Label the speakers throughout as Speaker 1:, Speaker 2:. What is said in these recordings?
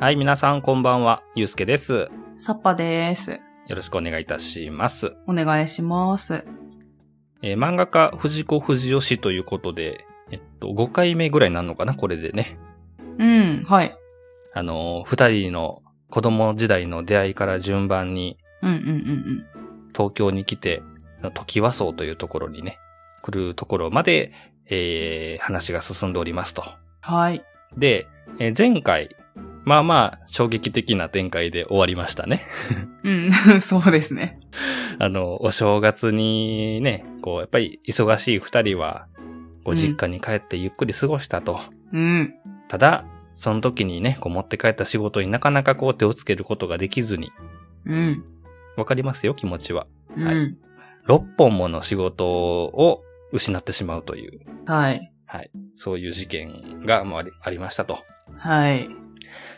Speaker 1: はい、皆さんこんばんは。ゆうすけです。
Speaker 2: サッパです。
Speaker 1: よろしくお願いいたします。
Speaker 2: お願いします。
Speaker 1: えー漫画家藤子不二雄氏ということで、えっと、5回目ぐらいになるのかなこれでね。
Speaker 2: うん、はい。
Speaker 1: あのー二人の子供時代の出会いから順番に
Speaker 2: うんうんうん
Speaker 1: 東京に来て、時和荘というところにね、来るところまで、えー話が進んでおりますと。
Speaker 2: うん。はい。
Speaker 1: で、えー前回、まあまあ、衝撃的な展開で終わりましたね。
Speaker 2: うん、 そうですね。
Speaker 1: あの、お正月にね、こう、やっぱり忙しい二人は、ご実家に帰ってゆっくり過ごしたと。
Speaker 2: うん。
Speaker 1: ただ、その時にね、こう持って帰った仕事になかなかこう手をつけることができずに、
Speaker 2: うん。
Speaker 1: わかりますよ、気持ちは。
Speaker 2: うん。
Speaker 1: は
Speaker 2: はい。
Speaker 1: 六本もの仕事を失ってしまうという、
Speaker 2: はい。
Speaker 1: そういう事件がまあありありましたと。
Speaker 2: はい。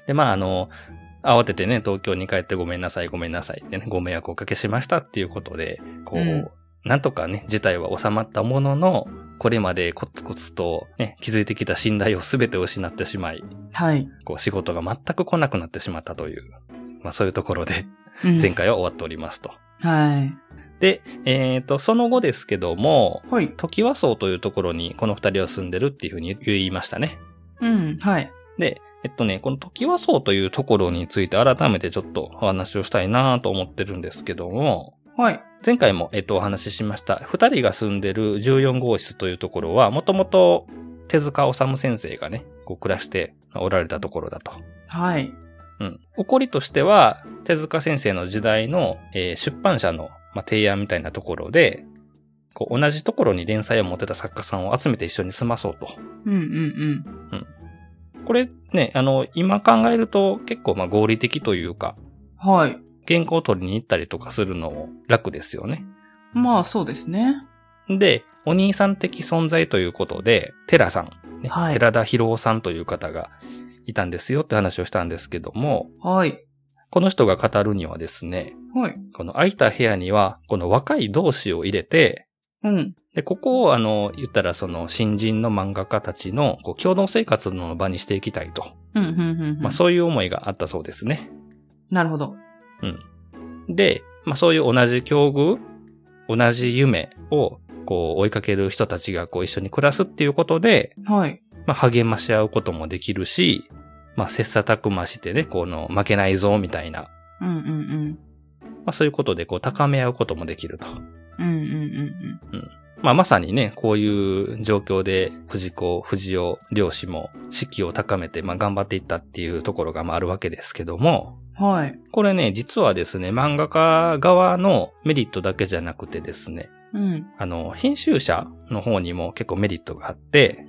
Speaker 1: で、まあ、あの、慌ててね、東京に帰ってごめんなさい、ごめんなさいってね、ご迷惑をおかけしましたっていうことで、こう、
Speaker 2: うん
Speaker 1: なんとかね、事態は収まったものの、これまでコツコツとね、築いてきた信頼を全て失ってしまい、
Speaker 2: はい。
Speaker 1: こう、仕事が全く来なくなってしまったという、まあそういうところで、
Speaker 2: うん
Speaker 1: 前。回は終わっておりますと。
Speaker 2: はい。
Speaker 1: で、えっ、と、その後ですけども、
Speaker 2: はい。
Speaker 1: 時和荘というところにこの二人は住んでるっていうふうに言いましたね。
Speaker 2: うん、はい。
Speaker 1: で、えっとね、この時はそうというところについて改めてちょっとお話をしたいなと思ってるんですけども、
Speaker 2: はい。
Speaker 1: 前回もえっとお話ししました、二人が住んでる14号室というところは、もともと手塚治虫先生がね、こう暮らしておられたところだと。
Speaker 2: はい。
Speaker 1: うん。起こりとしては、手塚先生の時代の、えー出版社の、まあ、提案みたいなところで、こう同じところに連載を持ってた作家さんを集めて一緒に住まそうと。
Speaker 2: うんうん
Speaker 1: これね、あの、今考えると結構まあ合理的というか、
Speaker 2: うん。はい。
Speaker 1: 原稿を取りに行ったりとかするのも楽ですよね。
Speaker 2: まあ、そうですね。
Speaker 1: で、お兄さん的存在ということで、テラさん、ね
Speaker 2: はい
Speaker 1: 寺田博夫さんという方がいたんですよって話をしたんですけども、
Speaker 2: はい。
Speaker 1: この人が語るにはですね、
Speaker 2: はい。
Speaker 1: この空いた部屋には、この若い同志を入れて、
Speaker 2: うん。
Speaker 1: で、ここをあの、言ったらその新人の漫画家たちのこう共同生活の場にしていきたいと。
Speaker 2: うん、うん、うん。
Speaker 1: まあそういう思いがあったそうですね。
Speaker 2: うん。なるほど。
Speaker 1: で、まあそういう同じ境遇、同じ夢をこう追いかける人たちがこう一緒に暮らすっていうことで、
Speaker 2: はい。
Speaker 1: まあ励まし合うこともできるし、まあ切磋琢磨してね、この負けないぞみたいな、
Speaker 2: うん、うん、うん。
Speaker 1: まあそういうことでこう高め合うこともできると。
Speaker 2: うん、うん、うん
Speaker 1: まあまさにね、こういう状況で藤子、藤尾、両氏も士気を高めて、まあ頑張っていったっていうところがまああるわけですけども、
Speaker 2: うん。はい。
Speaker 1: これね、実はですね、漫画家側のメリットだけじゃなくてですね、
Speaker 2: うん。
Speaker 1: あの、編集者の方にも結構メリットがあって、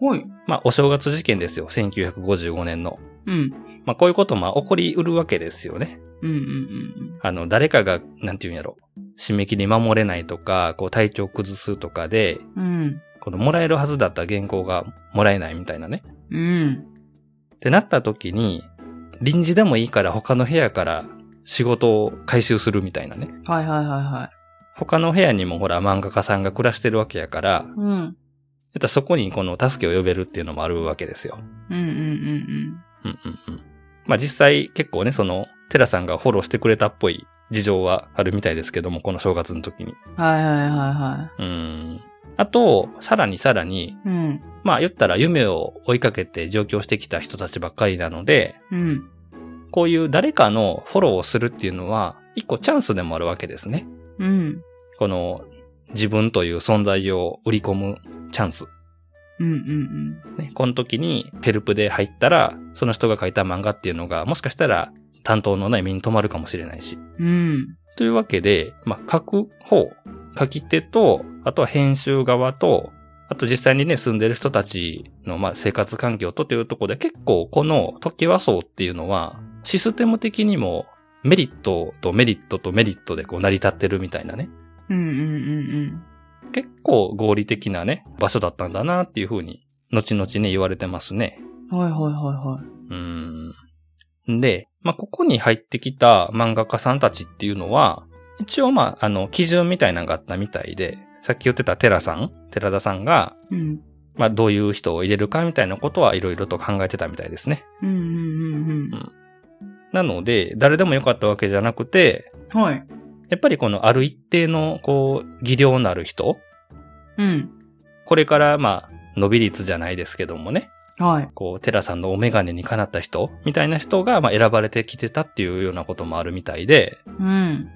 Speaker 2: はい。
Speaker 1: まあ、お正月事件ですよ。1955年の。
Speaker 2: うん。
Speaker 1: まあ、こういうことも起こりうるわけですよね。
Speaker 2: うん、うん、うん
Speaker 1: あの、誰かが、なんて言うんやろ。締め切り守れないとか、こう、体調崩すとかで、
Speaker 2: うん。うん。
Speaker 1: この、もらえるはずだった原稿がもらえないみたいなね。
Speaker 2: うん。
Speaker 1: ってなった時に、臨時でもいいから他の部屋から仕事を回収するみたいなね。
Speaker 2: はいはいはいはい。
Speaker 1: 他の部屋にもほら漫画家さんが暮らしてるわけやから、
Speaker 2: うん。
Speaker 1: やっぱそこにこの助けを呼べるっていうのもあるわけですよ。
Speaker 2: うんうん
Speaker 1: う
Speaker 2: うん
Speaker 1: んうんうん。まあ実際結構ね、その、テラさんがフォローしてくれたっぽい事情はあるみたいですけども、この正月の時に。
Speaker 2: うん。はいはいはいは
Speaker 1: うん。あと、さらにさらに、
Speaker 2: い。うん。
Speaker 1: まあ言ったら夢を追いかけて上京してきた人たちばっかりなので、
Speaker 2: うん。
Speaker 1: こういう誰かのフォローをするっていうのは、一個チャンスでもあるわけですね。
Speaker 2: うん。
Speaker 1: この、自分という存在を売り込むチャンス。
Speaker 2: うんうん
Speaker 1: ね、この時にヘルプで入ったら、その人が書いた漫画っていうのが、もしかしたら担当のない身に留まるかもしれないし。
Speaker 2: うん。うん。
Speaker 1: というわけで、まあ、書く方、書き手と、あとは編集側と、あと実際にね、住んでる人たちの、まあ、生活環境とというところで、結構この時はそうっていうのは、システム的にもメリットとメリットとメリットでこう成り立ってるみたいなね。
Speaker 2: うんうんうん
Speaker 1: 結構合理的なね、場所だったんだなっていうふうに、後々ね、言われてますね。
Speaker 2: うん。はいはいは
Speaker 1: うん。で、まあ、ここに入ってきた漫画家さんたちっていうのは、一応まあ、あの、基準みたいなのがあったみたいで、さっき言ってたテラさん、寺田さんが、
Speaker 2: いはい。うん。
Speaker 1: まあ、どういう人を入れるかみたいなことはいろいろと考えてたみたいですね。
Speaker 2: うんうんうん
Speaker 1: なので、誰でもよかったわけじゃなくて、
Speaker 2: うん。はい。
Speaker 1: やっぱりこのある一定の、こう、技量のある人、
Speaker 2: うん。
Speaker 1: これから、まあ、伸び率じゃないですけどもね、
Speaker 2: はい。
Speaker 1: こう、テラさんのお眼鏡にかなった人、みたいな人が、まあ、選ばれてきてたっていうようなこともあるみたいで、
Speaker 2: うん。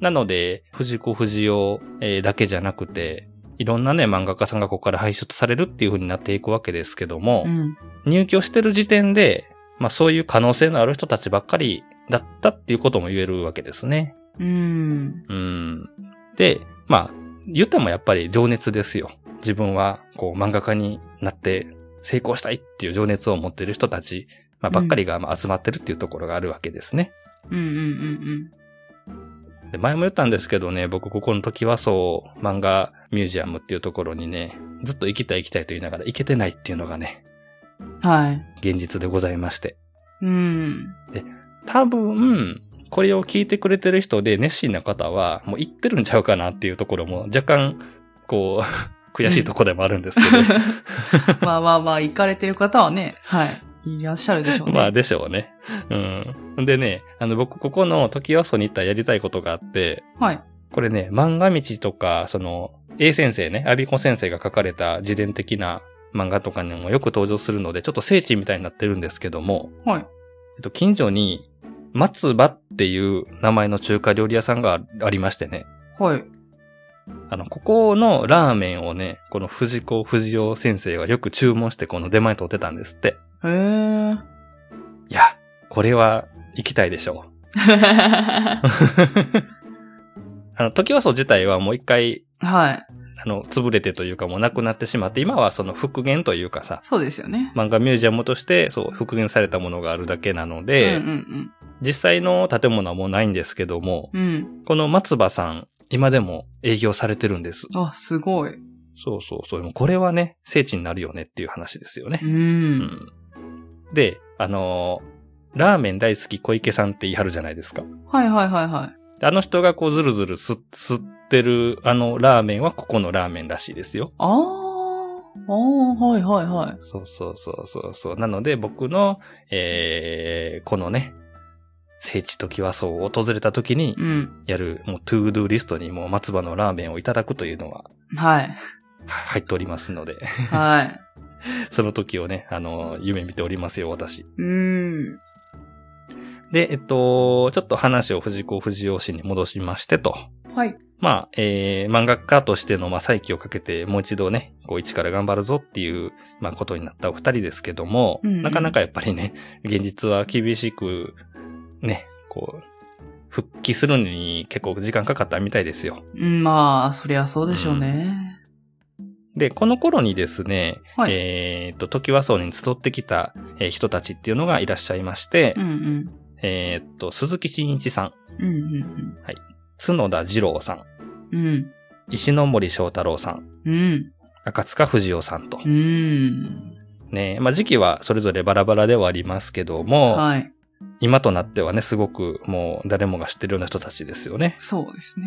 Speaker 1: なので、藤子不二雄、えーだけじゃなくて、いろんなね、漫画家さんがここから輩出されるっていう風になっていくわけですけども、
Speaker 2: うん。
Speaker 1: 入居してる時点で、まあそういう可能性のある人たちばっかりだったっていうことも言えるわけですね。
Speaker 2: うん。
Speaker 1: うん。で、まあ、言ってもやっぱり情熱ですよ。自分は、こう、漫画家になって成功したいっていう情熱を持ってる人たち、まあ、ばっかりがまあ集まってるっていうところがあるわけですね。
Speaker 2: うんうんうん
Speaker 1: で前も言ったんですけどね、僕ここの時はそう、漫画ミュージアムっていうところにね、ずっと行きたい行きたいと言いながら行けてないっていうのがね、
Speaker 2: うん。はい。
Speaker 1: 現実でございまして。
Speaker 2: うん。
Speaker 1: 多分、これを聞いてくれてる人で熱心な方は、もう言ってるんちゃうかなっていうところも若干、こう、 悔しいとこでもあるんですけど、
Speaker 2: まあまあまあ、行かれてる方はね、はい。いらっしゃるでしょう ね。
Speaker 1: まあでしょうね。うん。でね、あの僕ここの時はそに行ったらやりたいことがあって、
Speaker 2: はい。
Speaker 1: これね、漫画道とか、その、A 先生ね、アビコ先生が書かれた自伝的な漫画とかにもよく登場するので、ちょっと聖地みたいになってるんですけども、
Speaker 2: はい。
Speaker 1: えっと、近所に、松葉っていう名前の中華料理屋さんがありましてね、
Speaker 2: はい。
Speaker 1: あの、ここのラーメンをね、この藤子不二雄先生がよく注文してこの出前取ってたんですって。
Speaker 2: へえ。
Speaker 1: いや、これは行きたいでしょう。 あの、時はそう自体はもう一回、
Speaker 2: はい。
Speaker 1: あの、潰れてというかもうなくなってしまって、今はその復元というかさ、
Speaker 2: そうですよね。
Speaker 1: 漫画ミュージアムとして、そう、復元されたものがあるだけなので、
Speaker 2: うんうん
Speaker 1: 実際の建物はもうないんですけども、
Speaker 2: うん。うん。
Speaker 1: この松葉さん、今でも営業されてるんです。
Speaker 2: あ、すごい。
Speaker 1: そうそうそう。でもこれはね、聖地になるよねっていう話ですよね
Speaker 2: う。。
Speaker 1: うんん。で、あのーラーメン大好き小池さんって言い張るじゃないですか。
Speaker 2: はいはいはいはい。
Speaker 1: であの人がこうずるずるす吸ってるあのラーメンはここのラーメンらしいですよ。
Speaker 2: あー。あー、はいはいはい。
Speaker 1: そうそうそうそうそう。なので僕の、えー、このね、聖地時はそうを訪れた時に
Speaker 2: うん。
Speaker 1: やる、もうトゥードゥーリストにもう松葉のラーメンをいただくというのは
Speaker 2: はい。
Speaker 1: は入っておりますので、
Speaker 2: はい。
Speaker 1: その時をね、あの、夢見ておりますよ、私。
Speaker 2: うん。
Speaker 1: で、えっと、ちょっと話を藤子不二雄氏に戻しましてと。
Speaker 2: はい。
Speaker 1: まあ、えー、漫画家としての、まあ、再起をかけて、もう一度ね、こう、一から頑張るぞっていう、まあ、ことになったお二人ですけども、
Speaker 2: うんうん
Speaker 1: なかなかやっぱりね、現実は厳しく、ね、こう、復帰するのに結構時間かかったみたいですよ。
Speaker 2: うんまあ、そりゃそうでしょうね。
Speaker 1: で、この頃にですね、
Speaker 2: はい
Speaker 1: えーっと、時和荘に集ってきた、えー人たちっていうのがいらっしゃいまして、
Speaker 2: うん
Speaker 1: えーっと、鈴木真一さん、
Speaker 2: うん。うん
Speaker 1: 角田二郎さん、
Speaker 2: うんうん。うん。
Speaker 1: 石ノ森章太郎さん、
Speaker 2: うん。
Speaker 1: 赤塚不二夫さんと。
Speaker 2: うん。
Speaker 1: ね、まあ時期はそれぞれバラバラではありますけども、
Speaker 2: はい。
Speaker 1: 今となってはね、すごくもう誰もが知ってるような人たちですよね。
Speaker 2: そうですね。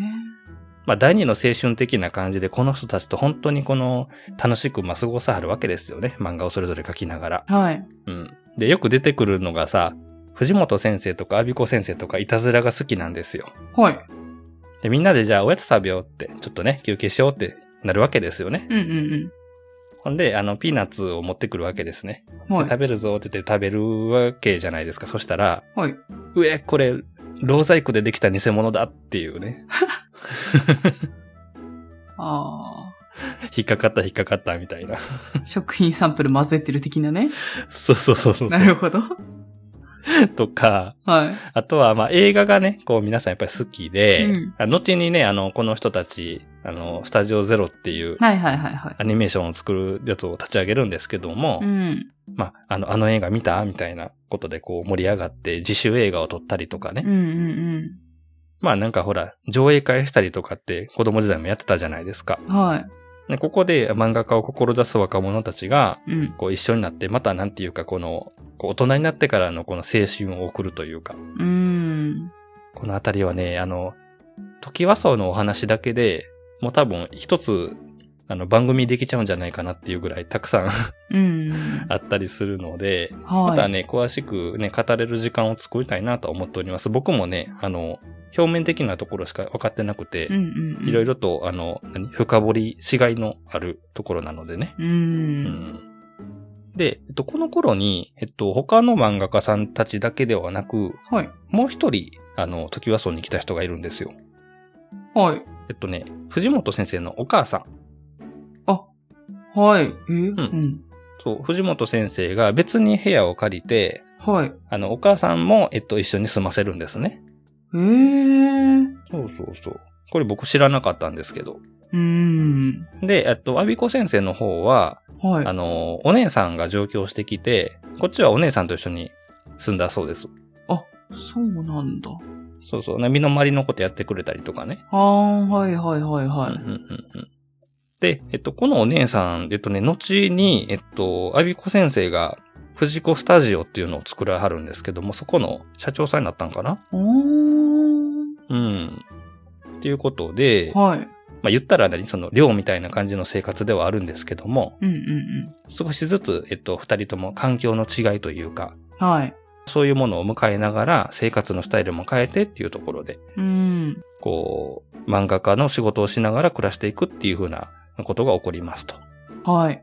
Speaker 1: まあ第二の青春的な感じで、この人たちと本当にこの楽しくまあ過ごさはるわけですよね。漫画をそれぞれ書きながら。
Speaker 2: はい。
Speaker 1: うん。で、よく出てくるのがさ、藤本先生とか阿ビ子先生とかいたずらが好きなんですよ。
Speaker 2: はい。
Speaker 1: で、みんなでじゃあおやつ食べようって、ちょっとね、休憩しようってなるわけですよね。
Speaker 2: うんうん
Speaker 1: ほんで、あの、ピーナッツを持ってくるわけですね。
Speaker 2: うん。は
Speaker 1: 食
Speaker 2: い。
Speaker 1: べるぞって言って食べるわけじゃないですか。そしたら、
Speaker 2: はい。
Speaker 1: うえ、これ、ロー細工でできた偽物だっていうね。
Speaker 2: あ
Speaker 1: 引っかかった引っかかったみたいな。
Speaker 2: あ。食品サンプル混ぜてる的なね。
Speaker 1: そうそうそうそう
Speaker 2: なるほど。
Speaker 1: とか、
Speaker 2: はい。
Speaker 1: あとは、まあ、映画がね、こう皆さんやっぱり好きで、
Speaker 2: うん
Speaker 1: あ後にね、あの、この人たち、あの、スタジオゼロっていう
Speaker 2: はいはいはいはい。
Speaker 1: アニメーションを作るやつを立ち上げるんですけども、
Speaker 2: うん。
Speaker 1: まあ、あの、あの映画見たみたいなことでこう盛り上がって自主映画を撮ったりとかね。
Speaker 2: うんうん
Speaker 1: まあなんかほら、上映会したりとかって子供時代もやってたじゃないですか。
Speaker 2: うん。は
Speaker 1: でここで漫画家を志す若者たちが、
Speaker 2: い。うん。
Speaker 1: こう一緒になって、またなんていうかこの、こう大人になってからのこの青春を送るというか、
Speaker 2: うん。
Speaker 1: このあたりはね、あの、時和荘のお話だけで、もう多分一つあの、番組できちゃうんじゃないかなっていうぐらいたくさん
Speaker 2: うん。
Speaker 1: あったりするので、
Speaker 2: はい。
Speaker 1: またね、詳しくね、語れる時間を作りたいなとは思っております。僕もね、あの、表面的なところしか分かってなくて
Speaker 2: うん、うんうん。
Speaker 1: いろいろと、あの、何深掘りしがいのあるところなのでね。
Speaker 2: う。
Speaker 1: うんんで、えっと、この頃に、えっと、他の漫画家さんたちだけではなく、
Speaker 2: はい。
Speaker 1: もう一人、あの、時は荘に来た人がいるんですよ。
Speaker 2: はい。
Speaker 1: えっとね、藤本先生のお母さん。
Speaker 2: はい。えうん。
Speaker 1: そう、藤本先生が別に部屋を借りて、
Speaker 2: はい。
Speaker 1: あの、お母さんも、えっと、一緒に住ませるんですね。
Speaker 2: えー。
Speaker 1: そうそうそう。これ僕知らなかったんですけど。
Speaker 2: うん。
Speaker 1: で、えっと、アビコ先生の方は、
Speaker 2: はい
Speaker 1: あ。の、お姉さんが上京してきて、こっちはお姉さんと一緒に住んだそうです。
Speaker 2: そうなんだ。
Speaker 1: そうそう。ね身の回りのことやってくれたりとかね。
Speaker 2: ああ、はいはいはいは。
Speaker 1: うんうんうんうんで、えっと、このお姉さん、えっとね、後に、えっと、アビコ先生が、藤子スタジオっていうのを作らはるんですけども、そこの社長さんになったんかない
Speaker 2: お
Speaker 1: うん。っていうことで、ま
Speaker 2: はい。
Speaker 1: あ言ったら何その寮みたいな感じの生活ではあるんですけども、
Speaker 2: うんうん
Speaker 1: 少しずつ、えっと、二人とも環境の違いというか、
Speaker 2: うん。はい。
Speaker 1: そういうものを迎えながら生活のスタイルも変えてっていうところで、
Speaker 2: うん。
Speaker 1: こう、漫画家の仕事をしながら暮らしていくっていうふうなことが起こりますと。
Speaker 2: はい。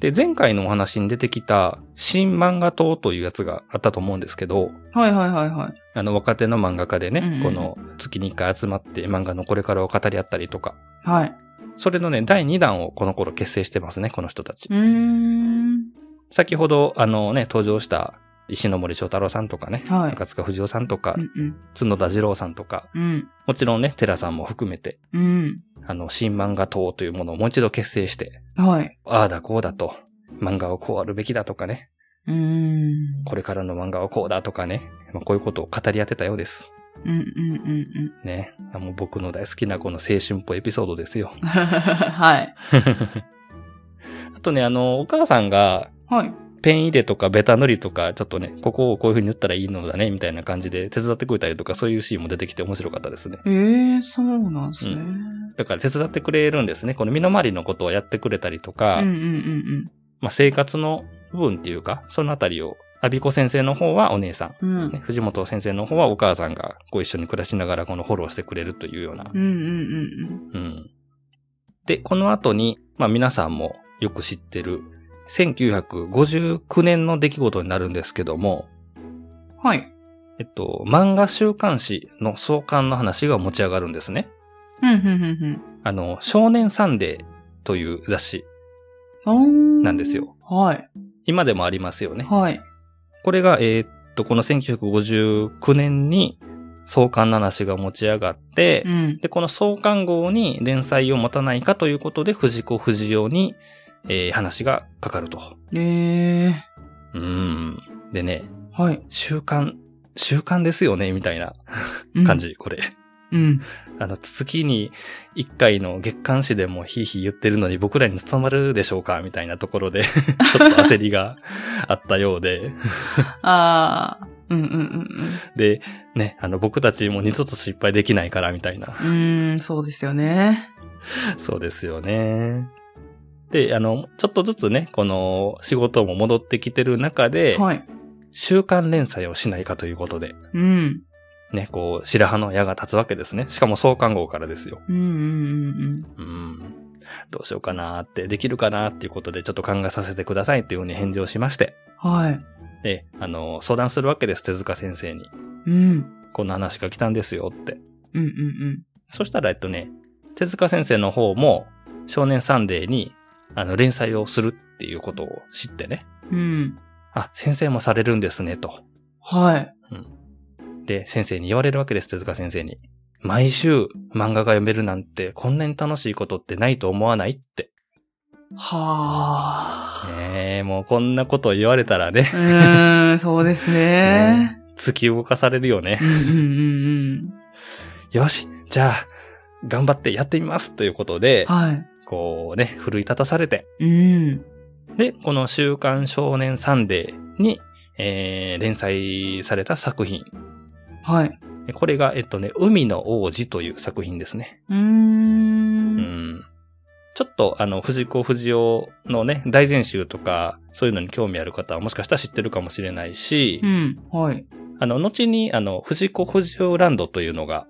Speaker 1: で、前回のお話に出てきた新漫画党というやつがあったと思うんですけど、
Speaker 2: はいはいはいはい。
Speaker 1: あの若手の漫画家でね、
Speaker 2: うんうん
Speaker 1: この月に1回集まって漫画のこれからを語り合ったりとか、
Speaker 2: はい。
Speaker 1: それのね、第2弾をこの頃結成してますね、この人たち。
Speaker 2: うーん。
Speaker 1: 先ほどあのね、登場した石ノ森章太郎さんとかね、
Speaker 2: はい
Speaker 1: 中塚不二夫さんとか
Speaker 2: う、んうん。
Speaker 1: 角田二郎さんとか、
Speaker 2: うん。
Speaker 1: もちろんね、寺さんも含めて、
Speaker 2: うん。
Speaker 1: あの、新漫画党というものをもう一度結成して、
Speaker 2: はい。
Speaker 1: ああだこうだと、漫画をこうあるべきだとかね、
Speaker 2: うーん。
Speaker 1: これからの漫画はこうだとかね、まあ、こういうことを語り合ってたようです。
Speaker 2: うんうんうんうん。。
Speaker 1: ね。あもう僕の大好きなこの青春っぽいエピソードですよ
Speaker 2: はい。
Speaker 1: あとね、あの、お母さんが、
Speaker 2: はい。
Speaker 1: ペン入れとかベタ塗りとか、ちょっとね、ここをこういう風に塗ったらいいのだね、みたいな感じで手伝ってくれたりとか、そういうシーンも出てきて面白かったですね。
Speaker 2: ええー、そうなんですね。
Speaker 1: う
Speaker 2: うん
Speaker 1: だから手伝ってくれるんですね。この身の回りのことをやってくれたりとか、
Speaker 2: うんうん
Speaker 1: まあ生活の部分っていうか、そのあたりを、アビコ先生の方はお姉さん、
Speaker 2: うん。うん。
Speaker 1: ね藤本先生の方はお母さんがご一緒に暮らしながらこのフォローしてくれるというような
Speaker 2: うんうん
Speaker 1: うん。で、この後に、まあ皆さんもよく知ってる、1959年の出来事になるんですけども、
Speaker 2: うん。はい。
Speaker 1: えっと、漫画週刊誌の創刊の話が持ち上がるんですね。
Speaker 2: うんうんうん
Speaker 1: あの、少年サンデーという雑誌、
Speaker 2: うん。
Speaker 1: なんですよ。
Speaker 2: はい。
Speaker 1: 今でもありますよね。
Speaker 2: はい。
Speaker 1: これが、えーっと、この1959年に創刊の話が持ち上がって、
Speaker 2: うん。
Speaker 1: で、この創刊号に連載を持たないかということで、藤子不二雄に、えー話がかかると。
Speaker 2: ええ
Speaker 1: うーん。でね、
Speaker 2: ー。はい。
Speaker 1: 週刊、週刊ですよね、みたいな
Speaker 2: うん
Speaker 1: 感。じ、これ。
Speaker 2: うん。
Speaker 1: あの、月に1回の月刊誌でもひいひい言ってるのに僕らに務まるでしょうか、みたいなところで、 ちょっと焦りがあったようで。
Speaker 2: ああ。うんうんうん
Speaker 1: で、ね、あの、僕たちも二度と失敗できないから、みたいな。
Speaker 2: うん。うーん、そうですよね。
Speaker 1: そうですよね。で、あの、ちょっとずつね、この仕事も戻ってきてる中で、
Speaker 2: はい。
Speaker 1: 週刊連載をしないかということで、
Speaker 2: うん。
Speaker 1: ね、こう、白羽の矢が立つわけですね。しかも創刊号からですよ。
Speaker 2: うんうん
Speaker 1: うん。どうしようかなーって、できるかなーっていうことで、ちょっと考えさせてくださいっていうふうに返事をしまして、
Speaker 2: うん。はい。
Speaker 1: え、あの、相談するわけです、手塚先生に。
Speaker 2: うん。
Speaker 1: こんな話が来たんですよって。
Speaker 2: うんうん
Speaker 1: そしたら、えっとね、手塚先生の方も、少年サンデーに、あの、連載をするっていうことを知ってね。
Speaker 2: うん。うん。
Speaker 1: あ、先生もされるんですね、と。
Speaker 2: はい。
Speaker 1: で、先生に言われるわけです、手塚先生に。毎週漫画が読めるなんて、こんなに楽しいことってないと思わないって。
Speaker 2: はあ。
Speaker 1: ねえ、もうこんなこと言われたらね、
Speaker 2: うーん、そうですね。
Speaker 1: 突き動かされるよね
Speaker 2: う。んうんうん
Speaker 1: よし、じゃあ、頑張ってやってみますということ
Speaker 2: うん。
Speaker 1: で、
Speaker 2: はい。
Speaker 1: こうね、奮い立たされて、
Speaker 2: うん。
Speaker 1: で、この週刊少年サンデーに、えー、連載された作品。
Speaker 2: はい。
Speaker 1: これが、えっとね、海の王子という作品ですね。
Speaker 2: うーん。
Speaker 1: うん。ちょっとあの、藤子不二雄のね、大全集とか、そういうのに興味ある方はもしかしたら知ってるかもしれないし、
Speaker 2: うん。はい。
Speaker 1: あの、後にあの、藤子不二雄ランドというのが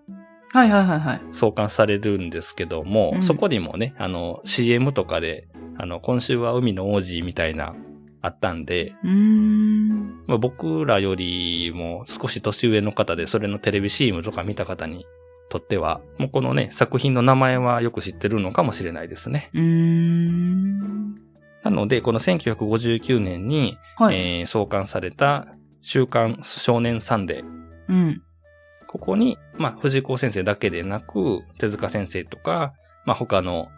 Speaker 2: はいはいはいはい。
Speaker 1: 創刊されるんですけども、
Speaker 2: うん
Speaker 1: そこにもね、あの、CM とかで、あの、今週は海の王子みたいな、あったんで、
Speaker 2: うーん。
Speaker 1: まあ、僕らよりも少し年上の方で、それのテレビ CM とか見た方にとっては、もうこのね、作品の名前はよく知ってるのかもしれないですね。
Speaker 2: うーん。
Speaker 1: なので、この1959年に、
Speaker 2: はい。
Speaker 1: えー創刊された週刊少年サンデー。
Speaker 2: うん。
Speaker 1: ここに、まあ、藤子先生だけでなく、手塚先生とか、まあ、他の、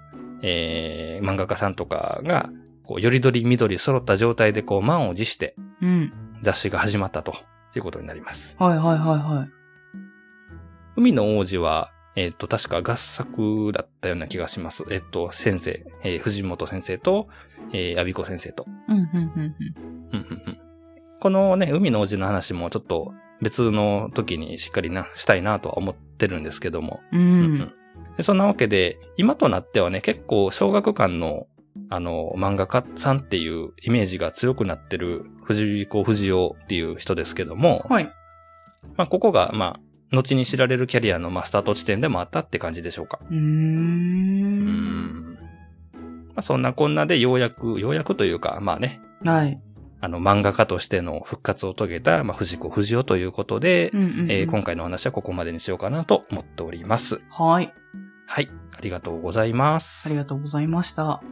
Speaker 1: えー漫画家さんとかが、こう、よりどりみどり揃った状態で、こう、満を持して
Speaker 2: うん。
Speaker 1: 雑誌が始まったと、いうことになります。
Speaker 2: はいはいはいはい。
Speaker 1: 海の王子は、えっ、と、確か合作だったような気がします。えっ、と、先生、えー藤本先生と、えー、阿子先生と。
Speaker 2: うん、うん、うん、
Speaker 1: うんうんうんこのね、海の王子の話もちょっと別の時にしっかりな、したいなとは思ってるんですけども。
Speaker 2: う。
Speaker 1: うんんうんでそんなわけで、今となってはね、結構小学館の、あの、漫画家さんっていうイメージが強くなってる藤子不二雄っていう人ですけども、
Speaker 2: はい。
Speaker 1: まあ、ここが、まあ、後に知られるキャリアの、まあ、スタート地点でもあったって感じでしょうか。
Speaker 2: うー。
Speaker 1: うんん。まあ、そんなこんなでようやく、ようやくというか、まあね、
Speaker 2: はい。
Speaker 1: あの、漫画家としての復活を遂げた、まあ、藤子不二雄ということで、
Speaker 2: うんうんうん
Speaker 1: えー今回のお話はここまでにしようかなと思っております。
Speaker 2: はい。
Speaker 1: はい。ありがとうございます
Speaker 2: あり。がとうございました。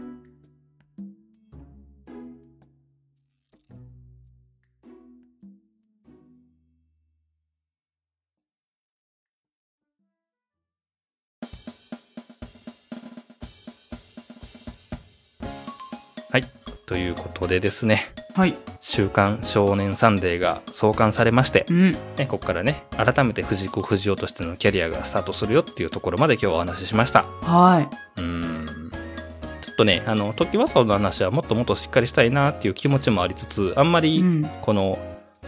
Speaker 1: ということでですね、
Speaker 2: はい。
Speaker 1: 週刊少年サンデーが創刊されまして
Speaker 2: う、ん。
Speaker 1: ね、ここからね、改めて藤子不二雄としてのキャリアがスタートするよっていうところまで今日はお話ししました。
Speaker 2: は
Speaker 1: うーん。ちょっとね、あの、時はその話はもっともっとしっかりしたいなっていう気持ちもありつつ、あんま
Speaker 2: い。
Speaker 1: り、
Speaker 2: うん。
Speaker 1: この、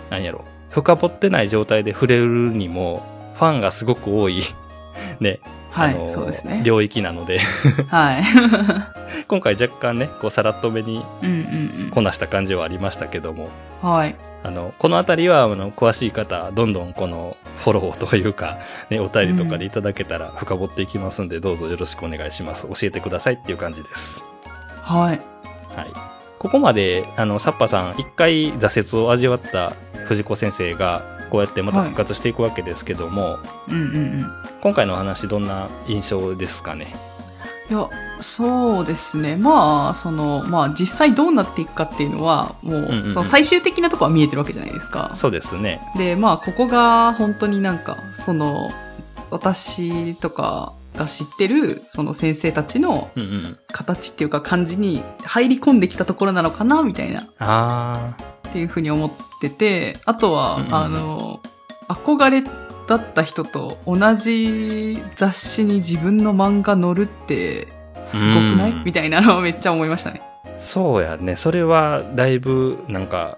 Speaker 1: 何やろ、深掘ってない状態で触れるにも、ファンがすごく多い、 ね、
Speaker 2: は
Speaker 1: あの
Speaker 2: い。そうですね。
Speaker 1: 領域なので、
Speaker 2: はい。
Speaker 1: 今回若干ね、こう、さらっと目に
Speaker 2: うんうん
Speaker 1: こなした感じはありましたけども、
Speaker 2: うん。はい。
Speaker 1: あの、このあたりは、あの、詳しい方、どんどんこの、フォローというか、ね、お便りとかでいただけたら深掘っていきますんで、どうぞよろしくお願いします。教えてくださいっていう感じです。
Speaker 2: はい。
Speaker 1: はい。ここまで、あの、サッパさん、一回挫折を味わった藤子先生が、こうやってまた復活していくわけですけども、
Speaker 2: うんうんうん。い
Speaker 1: 今回のお話どんな印象ですかね
Speaker 2: や、そうですね。まあ、その、まあ実際どうなっていくかっていうのは、もう、
Speaker 1: んうんうん
Speaker 2: その最終的なとこは見えてるわけじゃないですか。
Speaker 1: そうですね。
Speaker 2: で、まあここが本当になんか、その、私とかが知ってる、その先生たちの
Speaker 1: うんうん。
Speaker 2: 形っていうか感じに入り込んできたところなのかな、みたいな。
Speaker 1: あ
Speaker 2: っていうふうに思ってて、あとは、
Speaker 1: うんうんうん
Speaker 2: あの、憧れだった人と同じ雑誌に自分の漫画載るって、すごくない、
Speaker 1: うん
Speaker 2: みたいなのはめっちゃ思いまし たね。
Speaker 1: ー、そうやね。それは、だいぶ、なんか、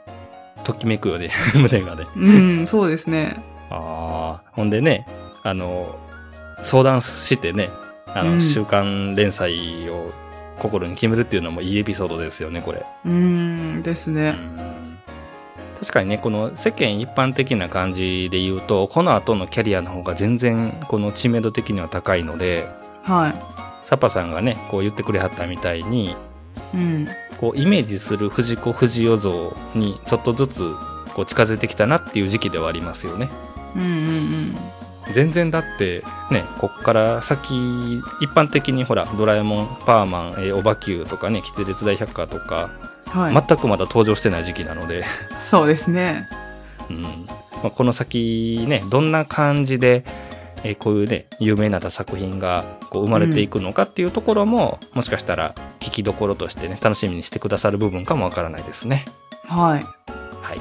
Speaker 1: ときめくよね。 胸がね。
Speaker 2: うん、そうですね。
Speaker 1: ああ。ほんでね、あの、相談してね、あの、
Speaker 2: うん
Speaker 1: 週刊連載を心に決めるっていうのもいいエピソードですよね、これ。
Speaker 2: うん、です
Speaker 1: う
Speaker 2: ね。
Speaker 1: ん確かにね、この世間一般的な感じで言うと、この後のキャリアの方が全然、この知名度的には高いので、
Speaker 2: は
Speaker 1: サッパさんがね、こう言ってくれはったみたいに、
Speaker 2: い。うん。
Speaker 1: こうイメージする藤子不二雄像にちょっとずつこう近づいてきたなっていう時期ではありますよね。
Speaker 2: うんうん
Speaker 1: 全然だってね、こっから先、一般的にほら、ドラえもん、パーマン、えーオバキューとかね、キテレツ大百科とか、
Speaker 2: うん。はい。
Speaker 1: 全くまだ登場してない時期なので、
Speaker 2: そうですね。
Speaker 1: うんまあ、この先ね、どんな感じで、えーこういうね、有名な作品がこう生まれていくのかっていうところも、もしかしたら聞きどころとしてね、楽しみにしてくださる部分かもわからないですね。
Speaker 2: はい。
Speaker 1: はい。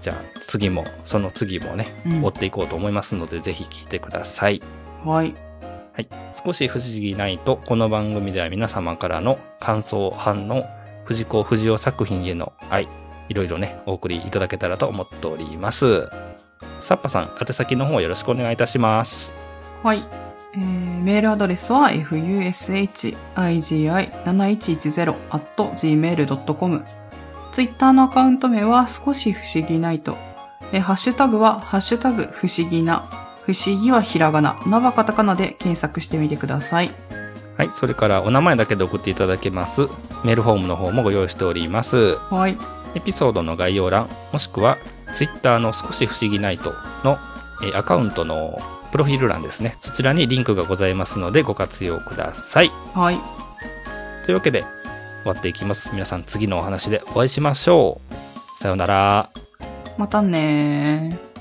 Speaker 1: じゃあ次も、その次もね、
Speaker 2: うん
Speaker 1: 追っていこうと思いますので、ぜひ聞いてください。
Speaker 2: はい。
Speaker 1: はい。少し不思議ないと、この番組では皆様からの感想、反応、藤子不二雄作品への愛、いろいろね、お送りいただけたらと思っております。サッパさん、宛先の方よろしくお願いいたします。
Speaker 2: はい。えーメールアドレスは fushigi7110.gmail.com ツイッターのアカウント名は少し不思議ないと。えーハッシュタグは、ハッシュタグ不思議な。不思議はひらがな。なはカタカナで検索してみてください。
Speaker 1: はい。それからお名前だけで送っていただけます。メールフォームの方もご用意しております。
Speaker 2: はい。
Speaker 1: エピソードの概要欄、もしくは Twitter の少し不思議ナイトのえーアカウントのプロフィール欄ですね。そちらにリンクがございますのでご活用ください。
Speaker 2: はい。
Speaker 1: というわけで終わっていきます。皆さん次のお話でお会いしましょう。さようなら。
Speaker 2: またねー。